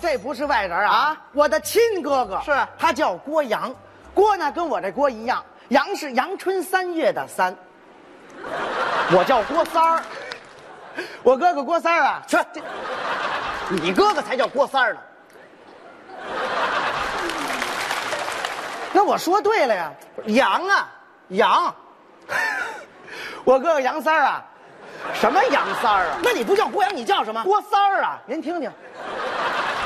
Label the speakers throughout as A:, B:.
A: 这不是外人啊，我的亲哥哥
B: 是
A: 他叫郭阳，郭呢跟我这郭一样，阳是阳春三月的三，我叫郭三儿，我哥哥郭三儿啊，
B: 去，这你哥哥才叫郭三儿呢。
A: 那我说对了呀，
B: 羊啊，羊，
A: 我哥哥杨三儿啊，
B: 什么羊三儿啊？
A: 那你不叫郭阳，你叫什么？
B: 郭三儿啊，
A: 您听听，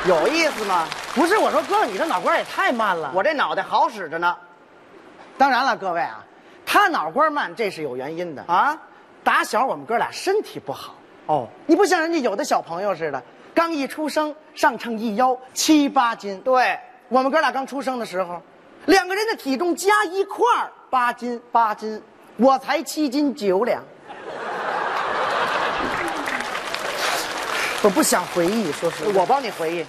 B: 有意思吗？
A: 不是我说哥哥，你这脑瓜也太慢了。
B: 我这脑袋好使着呢。
A: 当然了，各位啊，他脑瓜慢这是有原因的啊。
B: 啊，
A: 打小我们哥俩身体不好，
B: 哦，
A: 你不像人家有的小朋友似的，刚一出生上秤一腰七八斤。
B: 对，
A: 我们哥俩刚出生的时候，两个人的体重加一块儿八斤八斤，我才七斤九两。我不想回忆，说实话，
B: 我帮你回忆，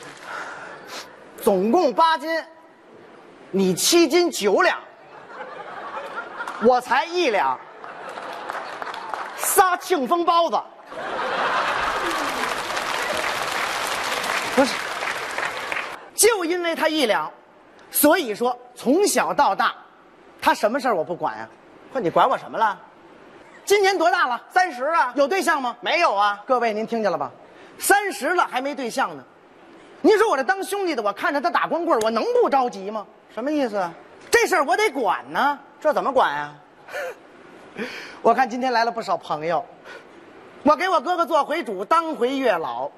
B: 总共八斤，你七斤九两，我才一两，仨庆丰包子。
A: 不是，就因为他一两，所以说从小到大，他什么事儿我不管啊呀、
B: 不，你管我什么了？
A: 今年多大了？
B: 三十啊？
A: 有对象吗？
B: 没有啊？
A: 各位您听见了吧？三十了还没对象呢，您说我这当兄弟的，我看着他打光棍儿，我能不着急吗？
B: 什么意思？
A: 啊这事儿我得管呢。
B: 这怎么管 呀、
A: 啊我看今天来了不少朋友，我给我哥哥做回主，当回月老。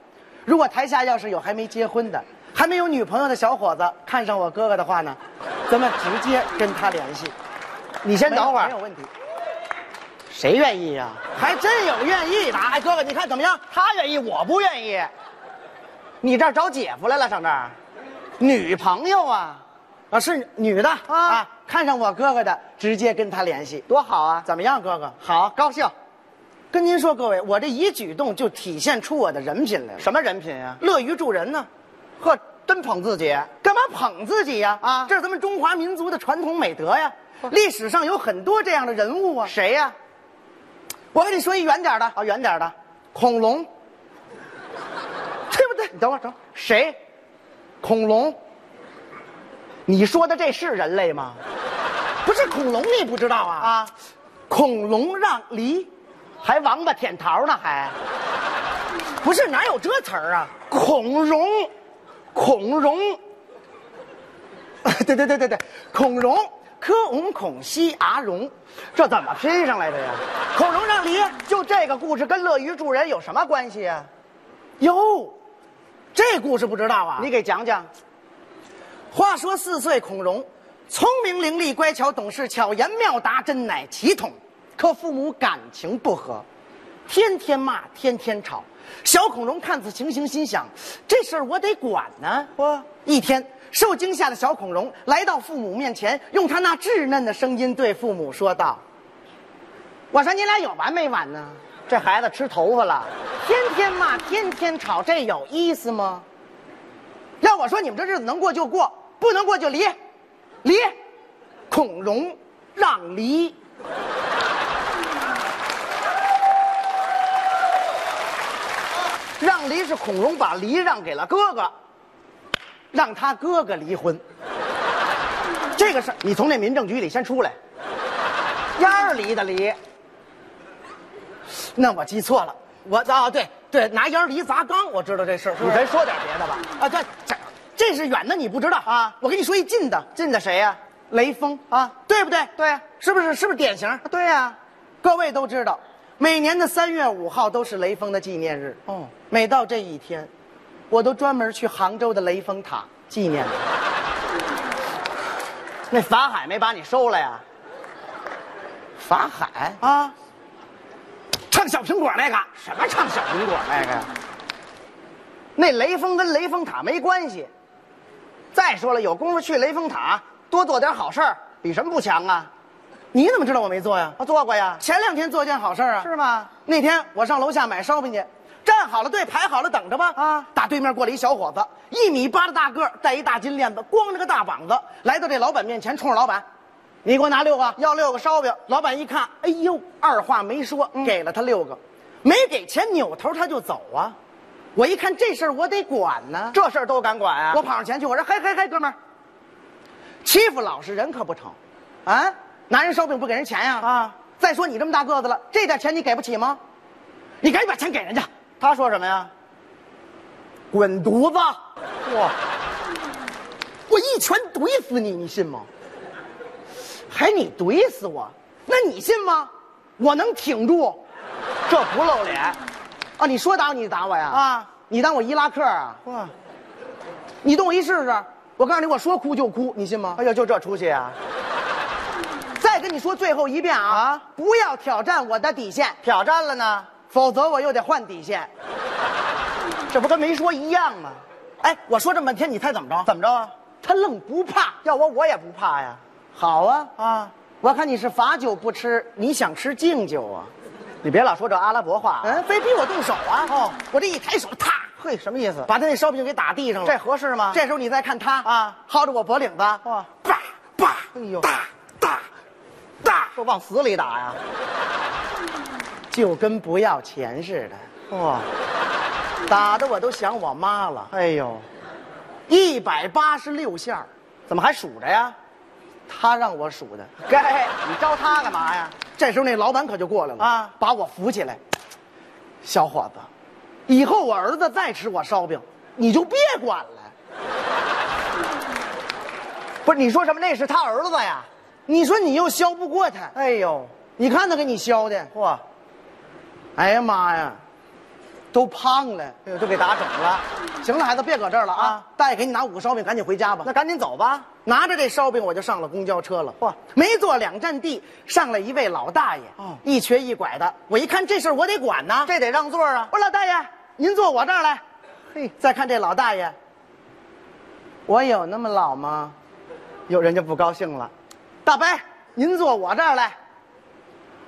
A: 如果台下要是有还没结婚的、还没有女朋友的小伙子看上我哥哥的话呢，咱们直接跟他联系。
B: 你先
A: 先
B: 等
A: 等会
B: 会儿，
A: 儿，问题。
B: 谁愿意啊呀、
A: 还真有愿意的。哎，哥哥，你看怎么样？
B: 他愿意，我不愿意。你这儿找姐夫来了，上这儿，女朋友啊，
A: 啊，是女的啊
B: 啊
A: 看上我哥哥的，直接跟他联系。
B: 多好啊！
A: 怎么样，哥哥？
B: 好，高兴。
A: 跟您说，各位，我这一举动就体现出我的人品来了，
B: 什么人品啊呀、
A: 乐于助人呢。
B: 呵，真捧自己。
A: 干嘛捧自己呀？
B: 啊哦
A: 这是咱们中华民族的传统美德呀。历史上有很多这样的人物啊。
B: 谁呀、
A: 我跟你说一远点的，
B: 啊，远点的，
A: 恐龙，对不对？
B: 你等会儿，等会儿谁？恐龙。你说的这是人类吗？
A: 不是恐龙，你不知道啊？
B: 啊，
A: 恐龙让梨，
B: 还王八舔桃呢，还
A: 不是哪有这词儿啊？
B: 孔融，孔融，
A: 对对对对对，孔融、科翁、孔熙、阿荣，
B: 这怎么拼上来的呀？
A: 孔融让梨
B: 就这个故事跟乐于助人有什么关系呀、
A: 哟，这故事不知道啊？
B: 你给讲讲。
A: 话说四岁孔融，聪明伶俐、乖巧懂事、巧言妙答，真乃奇童。可父母感情不和，天天骂，天天吵。小孔融看此情形，心想：这事儿我得管呢、
B: 我
A: 一天，受惊吓的小孔融来到父母面前，用他那稚嫩的声音对父母说道：“我说你俩有完没完呢？
B: 这孩子吃头发了，
A: 天天骂，天天吵，这有意思吗？要我说，你们这日子能过就过，不能过就离，离。孔融让梨，
B: 让梨是孔融把梨让给了哥哥，
A: 让他哥哥离婚。
B: 这个事儿你从那民政局里先出来，烟儿梨的梨，
A: 那我记错了，我啊，对对，拿烟梨砸缸，我知道这事儿。是不
B: 你
A: 是
B: 咱说点别的吧。
A: 啊，对，这这是远的你不知道
B: 啊
A: 我跟你说一近的，
B: 进的谁呀、
A: 雷锋
B: 啊
A: 对不对？
B: 对啊
A: 是不是？是不是典型？
B: 对啊呀、
A: 各位都知道，每年的三月五号都是雷锋的纪念日。
B: 哦，
A: 每到这一天，我都专门去杭州的雷锋塔纪念他。
B: 那法海没把你收了呀？法海
A: 啊，唱小苹果那个，
B: 什么唱小苹果那个呀？那雷锋跟雷锋塔没关系。再说了，有功夫去雷锋塔多做点好事儿，比什么不强啊？
A: 你怎么知道我没做呀？
B: 我啊做过呀，
A: 前两天做件好事啊。
B: 是吗？
A: 那天我上楼下买烧饼去，站好了队，排好了，等着吧。
B: 啊
A: 打对面过来一小伙子，一米八的大个儿，戴一大金链子，光着个大膀子，来到这老板面前，冲着老板，你给我拿六个。
B: 要六个烧饼，嗯
A: 老板一看，哎呦，二话没说，给了他六个，没给钱，扭头他就走啊。我一看这事儿我得管呢，
B: 这事儿都敢管啊？
A: 我跑上前去，我说：“嘿嘿嘿，哥们儿，欺负老实人可不成，啊，拿人烧饼不给人钱呀、
B: 啊！
A: 再说你这么大个子了，这点钱你给不起吗？你赶紧把钱给人家，
B: 他说什么呀？
A: 滚犊子！
B: 哇，
A: 我一拳怼死你，你信吗？还你怼死我，那你信吗？我能挺住？
B: 这不露脸
A: 啊，你说打我你就打我呀？
B: 啊！
A: 你当我伊拉克啊？
B: 哇！
A: 你动我一试试？我告诉你，我说哭就哭，你信吗
B: 哎？呦，就这出息啊！
A: 再跟你说最后一遍啊，
B: 啊
A: 不要挑战我的底线，
B: 挑战了呢，
A: 否则我又得换底 线。
B: 这不跟没说一样吗？
A: 哎，我说这么半天，你猜怎么着？
B: 怎么着啊？
A: 他愣不怕。
B: 要我我也不怕呀！
A: 好啊，
B: 啊，
A: 我看你是罚酒不吃，你想吃敬酒啊？
B: 你别老说这阿拉伯话、啊。
A: 嗯，非逼我动手啊！
B: 哦，
A: 我这一抬手，啪，
B: 嘿，什么意思？
A: 把他那烧饼给打地上了。
B: 这合适吗？
A: 这时候你再看他
B: 啊
A: 薅着我脖领子，
B: 哇，
A: 叭叭，
B: 哎呦
A: 哒哒哒，
B: 这往死里打呀！
A: 就跟不要钱似的，
B: 哇，
A: 打的我都想我妈了。
B: 哎呦，
A: 一百八十六下儿，
B: 怎么还数着呀？
A: 他让我数的。
B: 该你招他干嘛呀？
A: 这时候那老板可就过来了
B: 啊
A: 把我扶起来。小伙子，以后我儿子再吃我烧饼，你就别管了。
B: 不是你说什么？那是他儿子呀！
A: 你说你又削不过他，
B: 哎呦，
A: 你看他给你削的，
B: 哇，
A: 哎呀妈呀，都胖了。
B: 哎呦，都给打肿了。
A: 行了，孩子，别搁这儿了啊
B: 啊！
A: 大爷给你拿五个烧饼，赶紧回家吧
B: 那。赶紧走吧。
A: 拿着这烧饼，我就上了公交车了。
B: 嚯
A: 没坐两站地，上来一位老大爷，
B: 哦
A: 一瘸一拐的。我一看这事儿，我得管呐。
B: 这得让座啊！
A: 我说老大爷，您坐我这儿来。
B: 嘿，
A: 再看这老大爷，我有那么老吗？
B: 有人家不高兴了。
A: 大伯，您坐我这儿来。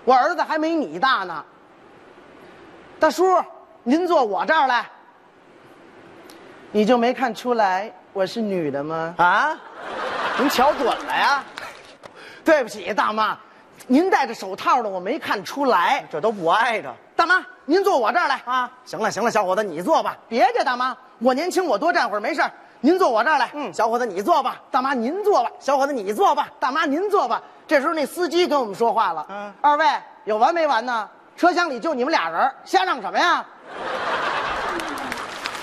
A: 我儿子还没你大呢。大叔，您坐我这儿来。你就没看出来我是女的吗？
B: 啊，您瞧准了呀？
A: 对不起，大妈，您戴着手套呢，我没看出来。
B: 这都不挨着
A: 大妈，您坐我这儿来
B: 啊！
A: 行了，行了，小伙子，你坐吧，别介，大妈，我年轻，我多站会儿没事儿您坐我这儿来，
B: 嗯
A: 小伙子你坐吧，大妈您坐吧，小伙子你坐吧，大妈您坐吧。这时候那司机跟我们说话了，
B: 嗯
A: 二位有完没完呢？车厢里就你们俩人儿，瞎嚷什么 呀？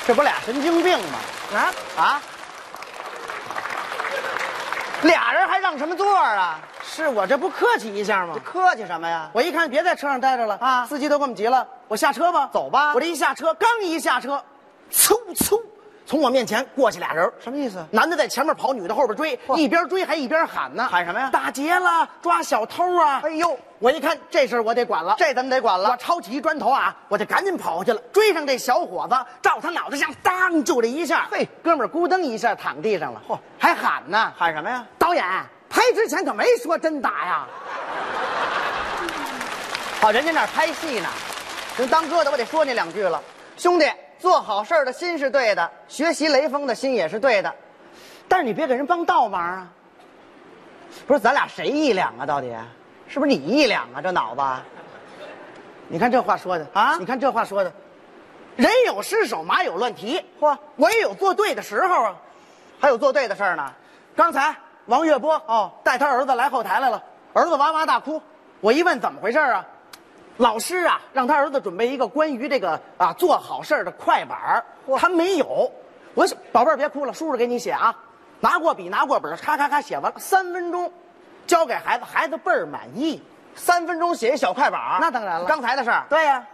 B: 这不俩神经病吗？
A: 啊，
B: 啊，俩人还让什么座啊？
A: 是我这不客气一下吗
B: 这？客气什么呀？
A: 我一看别在车上待着了
B: 啊
A: 司机都跟我们急了，我下车吧，
B: 走吧
A: 我这一下车，刚一下车，嗖嗖，从我面前过去俩人儿，
B: 什么意思？
A: 男的在前面跑，女的后边追，
B: 嚯
A: 一边追还一边喊呢，
B: 喊什么呀
A: 打劫了，抓小偷啊！
B: 哎呦，
A: 我一看这事儿我得管了，
B: 这咱们得管
A: 我
B: 了。
A: 抄起一砖头啊，我就赶紧跑过去了，追上这小伙子，照他脑袋上当就这一下，
B: 嘿
A: 哥们儿咕噔一下躺地上了，
B: 嚯
A: 还喊呢，
B: 喊什么呀？
A: 导演拍之前可没说真打呀，
B: 好，哦人家那儿拍戏呢。人当哥的，我得说你两句了，兄弟，做好事儿的心是对的，学习雷锋的心也是对的。
A: 但是你别给人帮倒忙啊，
B: 不是，咱俩谁一两啊？到底是不是你一两啊？这脑子，
A: 你看这话说的
B: 啊
A: 你看这话说的，人有失手，马有乱蹄，
B: 嚯，
A: 我也有做对的时候啊。
B: 还有做对的事儿呢。
A: 刚才王月波
B: 哦
A: 带他儿子来后台来了，儿子哇哇大哭。我一问怎么回事啊，老师啊让他儿子准备一个关于这个啊做好事儿的快板儿
B: 哇
A: 他没有。我说宝贝儿别哭了，叔叔给你写啊，拿过笔拿过本儿，咔咔咔写完了，三分钟，交给孩子，孩子倍儿满意。
B: 三分钟写一小快板儿
A: 那当然了
B: 刚才的事儿。
A: 对呀、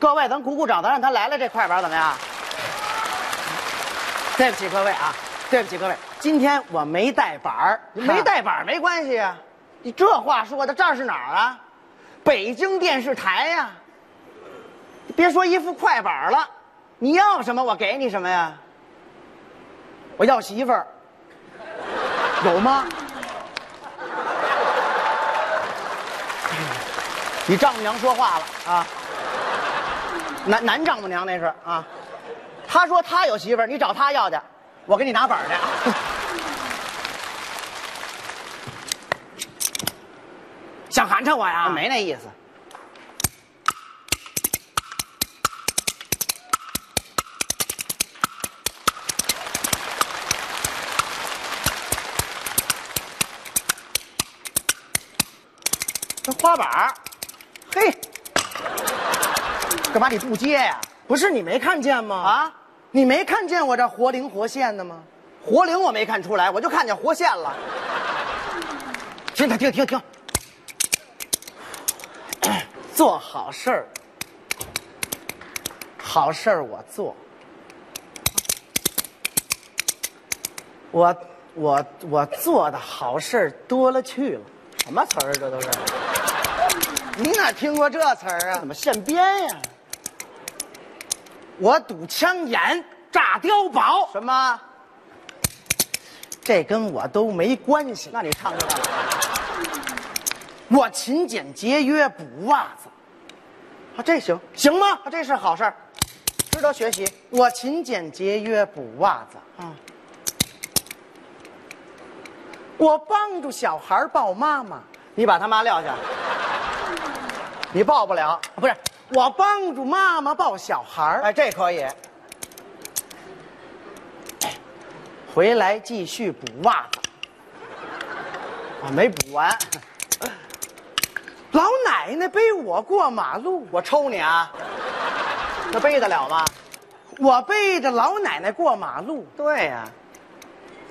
A: 各位咱鼓鼓掌，咱让他来了这快板儿怎么样？对不起各位啊，对不起各位，今天我没带板儿，
B: 没
A: 没带。
B: 带板儿没关系啊，你这话说的，这儿是哪儿啊？北京电视台呀、你别说一副快板儿了，你要什么我给你什么呀？
A: 我要媳妇儿，有吗？
B: 你丈母娘说话了啊，男男丈母娘那是啊，他说他有媳妇儿，你找他要去，我给你拿板儿去。
A: 想寒碜我呀？
B: 没那意思。花板儿
A: 嘿，
B: 干嘛你不接呀、
A: 不是你没看见吗？
B: 啊？
A: 啊，你没看见我这活灵活现的吗？
B: 活灵我没看出来，我就看见活线了。
A: 停停停停停，做好事儿，好事儿我做，我我我做的好事儿多了去了。
B: 什么
A: 啊
B: 词儿这都是？
A: 你哪听过这词儿啊
B: 怎？么现编呀、
A: 我堵枪眼，炸碉堡，
B: 什么？
A: 这跟我都没关系。
B: 那你唱这干嘛？
A: 我勤俭节约补袜子，
B: 啊，这行，
A: 行吗？
B: 啊，这是好事儿，值得学习。
A: 我勤俭节约补袜子，
B: 啊，
A: 我帮助小孩儿抱妈妈，
B: 你把他妈撂下，你报不了。
A: 啊不是我帮助妈妈抱小孩儿
B: 哎，这可以。
A: 回来继续补袜子。
B: 啊，没补完，
A: 老奶奶背我过马路，
B: 我抽你啊！那背得了吗？
A: 我背着老奶奶过马路，
B: 对呀、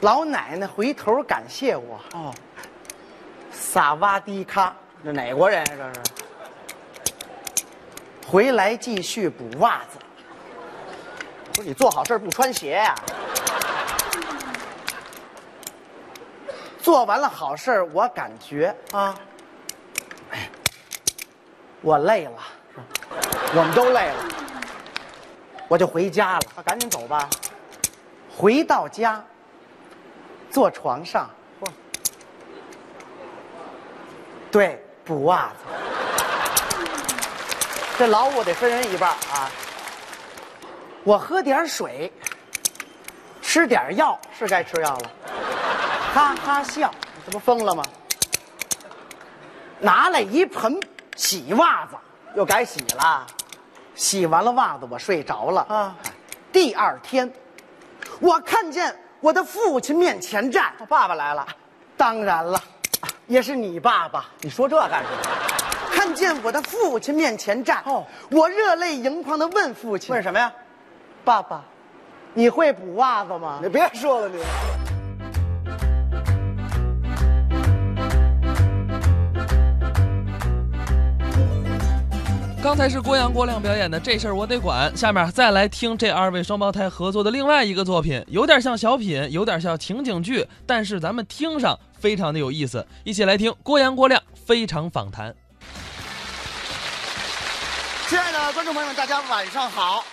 A: 老奶奶回头感谢我，
B: 哦，
A: 萨瓦迪卡。
B: 这哪国人呀、这是？
A: 啊回来继续补袜子。
B: 不是你做好事儿不穿鞋
A: 啊
B: 呀、
A: 做完了好事儿，我感觉哎
B: 啊？
A: 我累了，
B: 我们都累了，
A: 我就回家了。
B: 啊，赶紧走吧。
A: 回到家，坐床上，
B: 嚯
A: 对，补袜子。
B: 这劳务得分人一半儿啊，
A: 我喝点水，吃点药，
B: 是该吃药了。
A: 哈哈笑。
B: 这不疯了吗？
A: 拿来一盆洗袜子，
B: 又改洗了
A: 洗完了袜子，我睡着了。
B: 啊？
A: 第二天，我看见我的父亲面前站，
B: 我爸爸来了，
A: 当然了，也是你爸爸。
B: 你说这干什么？
A: 看见我的父亲面前站，
B: 哦
A: 我热泪盈眶地问父亲
B: 问什么呀？：“
A: 爸爸，你会补袜子吗
B: 你别说了你。
C: 刚才是郭阳郭亮表演的《这事儿我得管》，下面啊再来听这二位双胞胎合作的另外一个作品，有点像小品，有点像情景剧，但是咱们听上非常的有意思。一起来听郭阳郭亮非常访谈。
B: 亲爱的观众朋友们，大家晚上好。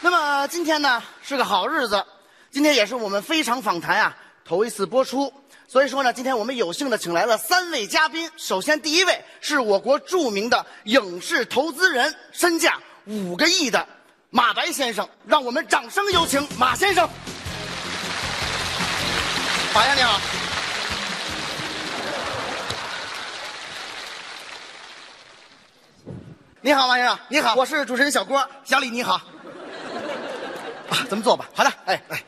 B: 那么今天呢是个好日子，今天也是我们非常访谈啊头一次播出，所以说呢，今天我们有幸的请来了三位嘉宾。首先第一位是我国著名的影视投资人，身价五个亿的马白先生，让我们掌声有请马先生。马先生你好，
D: 你好，王先生，
B: 你好
D: 我是主持人小郭，小李你好。啊，咱们坐吧。好的，哎哎，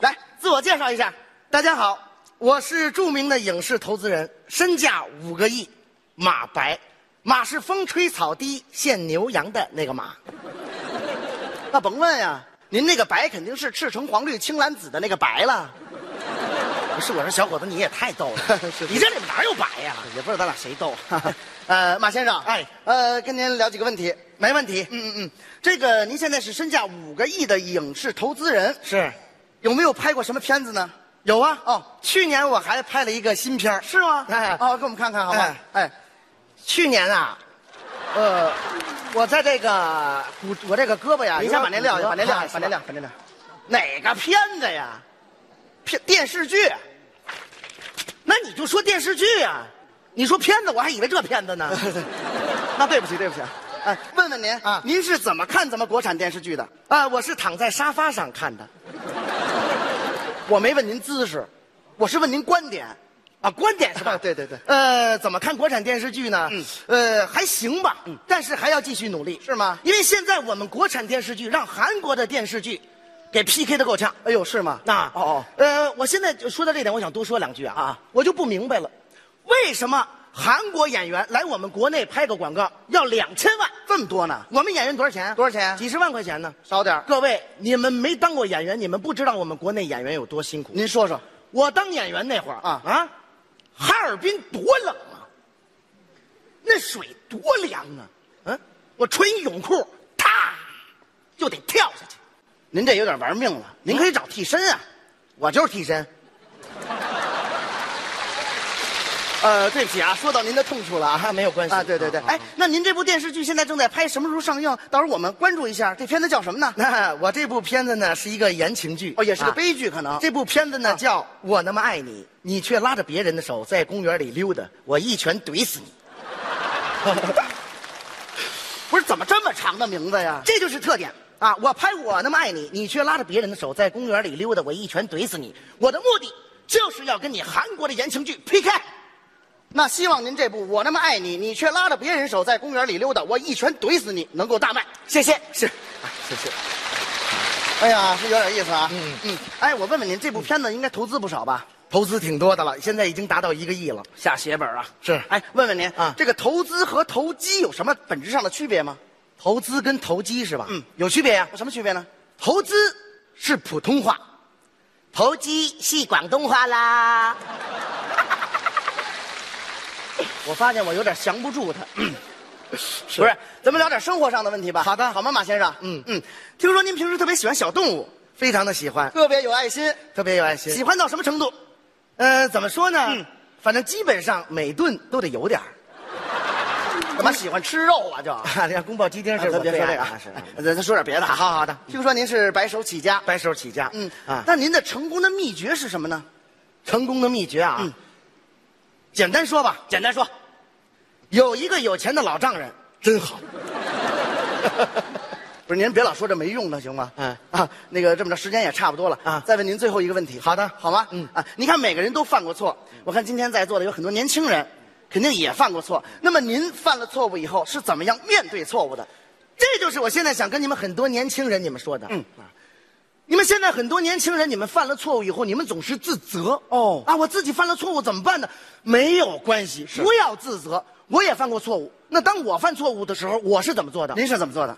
B: 来自我介绍一下。
D: 大家好，我是著名的影视投资人，身价五个亿，马白。马是风吹草低见牛羊的那个马，
B: 那甭问呀、
D: 您那个白肯定是赤橙黄绿青蓝紫的那个白了。不是，我说小伙子你也太逗 了，
B: 是是
D: 你这里面哪有白呀、
B: 也不知道咱俩谁逗。
D: 呃，马先生，
B: 哎
D: 呃，跟您聊几个问题。
B: 没问题，
D: 嗯嗯嗯，这个您现在是身价五个亿的影视投资人，
B: 是
D: 有没有拍过什么片子呢？
B: 有啊。
D: 哦，
B: 去年我还拍了一个新片儿
D: 是吗？
B: 哎
D: 哦，给我们看看好吗？哎，
B: 去年啊，呃，我在这个骨，我这个胳膊呀，
D: 您先把
B: 有
D: 您
B: 点
D: 撂下，
B: 骨折
D: 把您撂
B: 啊
D: 下，把您撂，下，把您撂。下。
B: 哪个片子呀？
D: 片电视 剧，那你就说电视剧啊，你说片子，我还以为这片子呢。
B: 那对不起，对不起啊。
D: 哎，问问您
B: 啊
D: 您是怎么看咱们国产电视剧的？
B: 啊，我是躺在沙发上看的，
D: 我没问您姿势，我是问您观点。
B: 啊，观点是吧？
D: 对对对嗯
B: 呃，怎么看国产电视剧呢？呃，还行吧，但是还要继续努力，
D: 是吗
B: 因为现在我们国产电视剧让韩国的电视剧给 PK 的够呛。
D: 哎呦，是吗？
B: 那
D: 哦哦，
B: 呃，我现在就说到这点，我想多说两句啊
D: 啊
B: 我就不明白了，为什么
A: 韩国演员来我们国内拍个广告要两千万，
B: 这么多呢？
A: 我们演员多少钱？啊
B: 多少钱
A: 几十万块钱呢？
B: 少点儿
A: 各位，你们没当过演员，你们不知道我们国内演员有多辛苦。
B: 您说说
A: 我当演员那会儿
B: 啊
A: 啊，哈尔滨多冷啊，那水多凉啊，嗯，我穿一泳裤，啪，就得跳下去。
B: 您这有点玩命了。
A: 您可以找替身啊，我就是替身。
B: 呃，对不起啊，说到您的痛处了啊。
A: 啊，没有关系
B: 啊，对对对，
A: 哎
B: 哎，，那您这部电视剧现在正在拍，什么时候上映？到时候我们关注一下。这片子叫什么呢？
A: 那我这部片子呢是一个言情剧，
B: 哦，也是个
A: 啊
B: 悲剧，可能。啊
A: 这部片子呢叫《我那么爱你》，你却拉着别人的手在公园里溜达，我一拳怼死你。
B: 不是怎么这么长的名字呀？
A: 这就是特点啊！我拍我那么爱你，你却拉着别人的手在公园里溜达，我一拳怼死你。我的目的就是要跟你韩国的言情剧 PK。
B: 那希望您这部《我那么爱你》，你却拉着别人手在公园里溜达，我一拳怼死你，能够大卖。
A: 谢谢，是
B: 哎呀，是有点意思啊。嗯嗯。哎，我问问您，这部片子应该投资不少吧？
A: 投资挺多的了，现在已经达到一个亿了。
B: 下血本啊。
A: 是
B: 哎，问问您
A: 啊
B: 这个投资和投机有什么本质上的区别吗？
A: 投资跟投机是吧？
B: 嗯，
A: 有区别呀、
B: 有什么区别呢？
A: 投资是普通话，投机是广东话 啦。
B: 我发现我有点降不住他。不是，咱们聊点生活上的问题吧。
A: 好的
B: 好吗，马先生？
A: 嗯
B: 嗯，听说您平时特别喜欢小动物，
A: 非常的喜欢，
B: 特别有爱心，
A: 特别有爱心。
B: 喜欢到什么程度？
A: 呃，怎么说呢？
B: 嗯
A: 反正基本上每顿都得有点儿。
B: 怎么喜欢吃肉啊？就。
A: 啊，你看宫保鸡丁是我
B: 咱别
A: 最
B: 说
A: 爱
B: 这
A: 的
B: 个
A: 啊
B: 啊
A: 是，
B: 咱咱说点别的。
A: 好好的，
B: 听说您是白手起家，
A: 白手起家。
B: 嗯
A: 啊，
B: 那您的成功的秘诀是什么呢？嗯
A: 成功的秘诀啊，简单说吧，
B: 简单说，
A: 有一个有钱的老丈人真好。
B: 不是您别老说这没用的，行吗？
A: 嗯
B: 啊，那个这么着，时间也差不多了
A: 啊
B: 再问您最后一个问题。
A: 好的
B: 好吗？
A: 嗯
B: 啊，你看每个人都犯过错，我看今天在座的有很多年轻人，肯定也犯过错。那么您犯了错误以后是怎么样面对错误的？
A: 这就是我现在想跟你们很多年轻人你们说的。
B: 嗯
A: 啊，你们现在很多年轻人，你们犯了错误以后，你们总是自责。
B: 哦
A: 啊，我自己犯了错误怎么办呢？没有关系，不要自责。我也犯过错误。那当我犯错误的时候，我是怎么做的？
B: 您是怎么做的？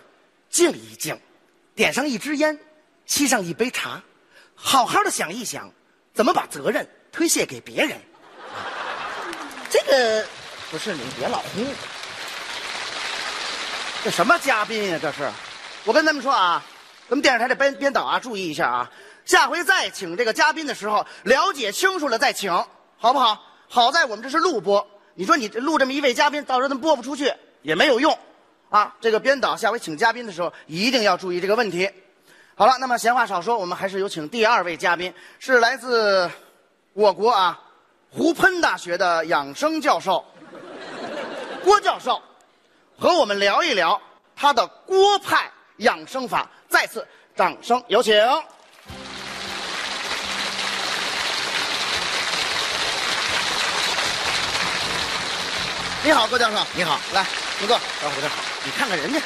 A: 静一静，点上一支烟，沏上一杯茶，好好的想一想，怎么把责任推卸给别人。啊这个
B: 不是你别老轰我，这什么嘉宾呀、这是，我跟他们说啊，咱们电视台的编编导啊，注意一下啊，下回再请这个嘉宾的时候，了解清楚了再请，好不好？好在我们这是录播，你说你这录这么一位嘉宾，到时候咱们播不出去也没有用，啊，这个编导下回请嘉宾的时候一定要注意这个问题。好了，那么闲话少说，我们还是有请第二位嘉宾，是来自我国啊湖喷大学的养生教授。郭教授和我们聊一聊他的郭派养生法。再次掌声有请。你好，郭教授。
A: 你好，
B: 来，请坐。
A: 老虎正好。
B: 你看看人家，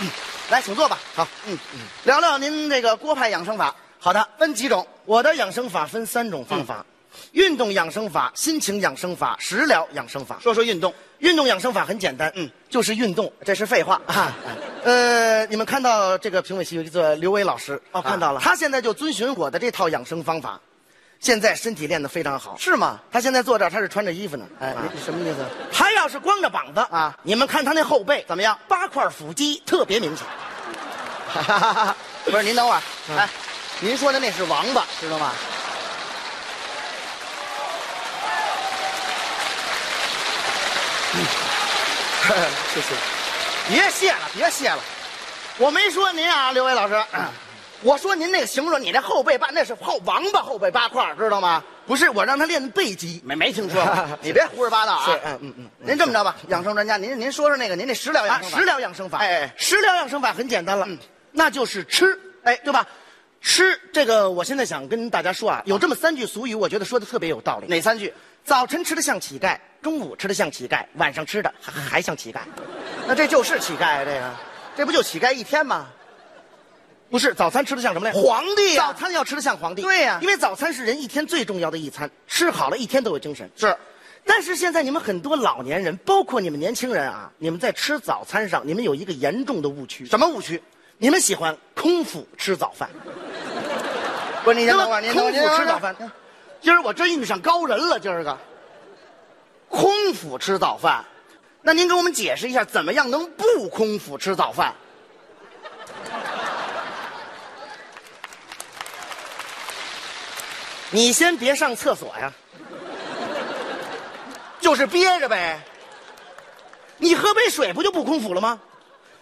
B: 嗯，来，请坐吧。好，嗯嗯，聊聊您这个郭派养生法
A: 好的，
B: 分几种？
A: 我的养生法分三种方法：
B: 嗯
A: 运动养生法、心情养生法、食疗养生法。
B: 说说运动。
A: 运动养生法很简单，
B: 嗯，
A: 就是运动
B: 这是废话。
A: 啊。 呃，你们看到这个评委席有一个刘伟老师，啊
B: 哦看到了
A: 他现在就遵循我的这套养生方法，现在身体练得非常好。
B: 是吗？
A: 他现在坐这儿，他是穿着衣服呢。
B: 哎，
A: 啊
B: 你你什么意思？
A: 他要是光着膀子
B: 啊
A: 你们看他那后背
B: 怎么样？
A: 八块腹肌特别明显。嗯
B: 不是，您等会儿，哎，您说的那是王八，知道吗？
A: 谢谢。
B: 别谢了，别谢了，我没说您啊，刘伟老师，我说您那个形容，你这后背八那是后王八后背八块，知道吗？
A: 不是我让他练背肌，
B: 没没听 说过，你别胡说八道啊！
A: 是嗯嗯嗯
B: 您这么着吧，养生专家，您您说说那个您那食疗
A: 啊
B: 养，生法
A: 食疗养生法，
B: 哎嗯哎
A: 食疗养生法很简单了，那就是吃，哎，对吧？吃这个，我现在想跟大家说啊，有这么三句俗语，我觉得说的特别有道理。
B: 哪三句？
A: 早晨吃的像乞丐，中午吃的像乞丐，晚上吃的还还像乞丐。
B: 那这就是乞丐啊，这个，这不就乞丐一天吗？
A: 不是，早餐吃的像什么来？
B: 皇帝呀
A: 早餐要吃的像皇帝。
B: 对呀
A: 因为早餐是人一天最重要的一餐，吃好了一天都有精神。
B: 是，
A: 但是现在你们很多老年人，包括你们年轻人啊，你们在吃早餐上，你们有一个严重的误区。
B: 什么误区？
A: 你们喜欢空腹吃早饭，
B: 不是，你先等会儿，
A: 空
B: 您
A: 腹
B: 等会儿您等会
A: 吃
B: 儿
A: 早饭。今儿我真遇上高人了，今儿个空腹吃早饭。那您给我们解释一下，怎么样能不空腹吃早饭？你先别上厕所呀，
B: 就是憋着呗。
A: 你喝杯水不就不空腹了吗？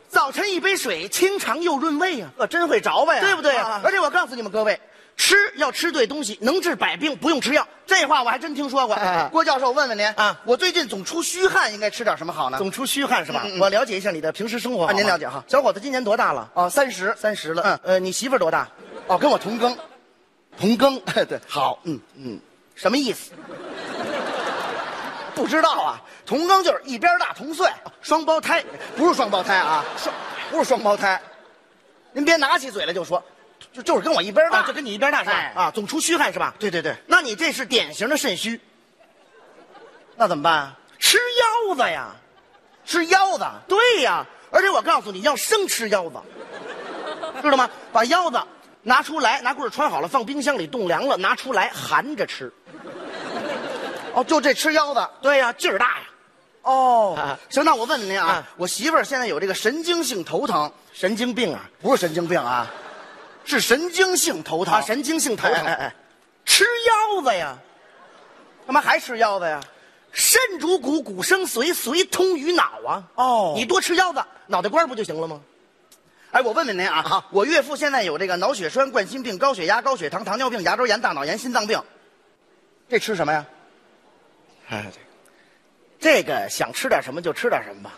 A: 早晨一杯水，清肠又润胃呀、
B: 我呃真会着吧呀，
A: 对不对？
B: 啊
A: 而且我告诉你们各位，吃要吃对东西，能治百病，不用吃药。这话我还真听说过。
B: 哎郭教授，我问问您
A: 啊
B: 我最近总出虚汗，应该吃点什么好呢？
A: 总出虚汗是吧？
B: 嗯嗯嗯
A: 我了解一下你的平时生活好吗、
B: 啊您了解哈
A: 小伙子今年多大了？
B: 哦，三十，
A: 三十了。
B: 嗯
A: 呃，你媳妇儿多大？
B: 哦，跟我同庚，
A: 同庚。
B: 对
A: 好，嗯嗯，什么意思？
B: 不知道啊，同庚就是一边大同岁，
A: 双胞胎。
B: 不是双胞胎啊，双不是双胞胎。您别拿起嘴来就说，就就是跟我一边大，
A: 啊，就跟你一边大是吧？
B: 哎
A: 啊，总出虚汗是吧？
B: 对对对，
A: 那你这是典型的肾虚，
B: 那怎么办啊？
A: 吃腰子呀？
B: 吃腰子，
A: 对呀，而且我告诉你要生吃腰子，知道吗？把腰子拿出来，拿棍儿穿好了，放冰箱里冻凉了，拿出来含着吃。
B: 哦，就这吃腰子，
A: 对呀，劲儿大呀。
B: 哦
A: 啊，
B: 行，那我问问您啊
A: 啊，
B: 我媳妇儿现在有这个神经性头疼，
A: 神经病啊！
B: 不是神经病啊，是神经性头疼
A: 啊，神经性头疼，
B: 哎哎哎
A: 吃腰子呀，
B: 干嘛还吃腰子呀？
A: 肾主骨，骨生髓，髓通于脑啊。
B: 哦
A: 你多吃腰子，脑袋瓜儿不就行了吗？
B: 哎，我问问您啊，
A: 啊
B: 我岳父现在有这个脑血栓、冠心病、高血压、高血糖、糖尿病、牙周炎、大脑炎、心脏病，这吃什么呀？
A: 哎，这个想吃点什么就吃点什么吧。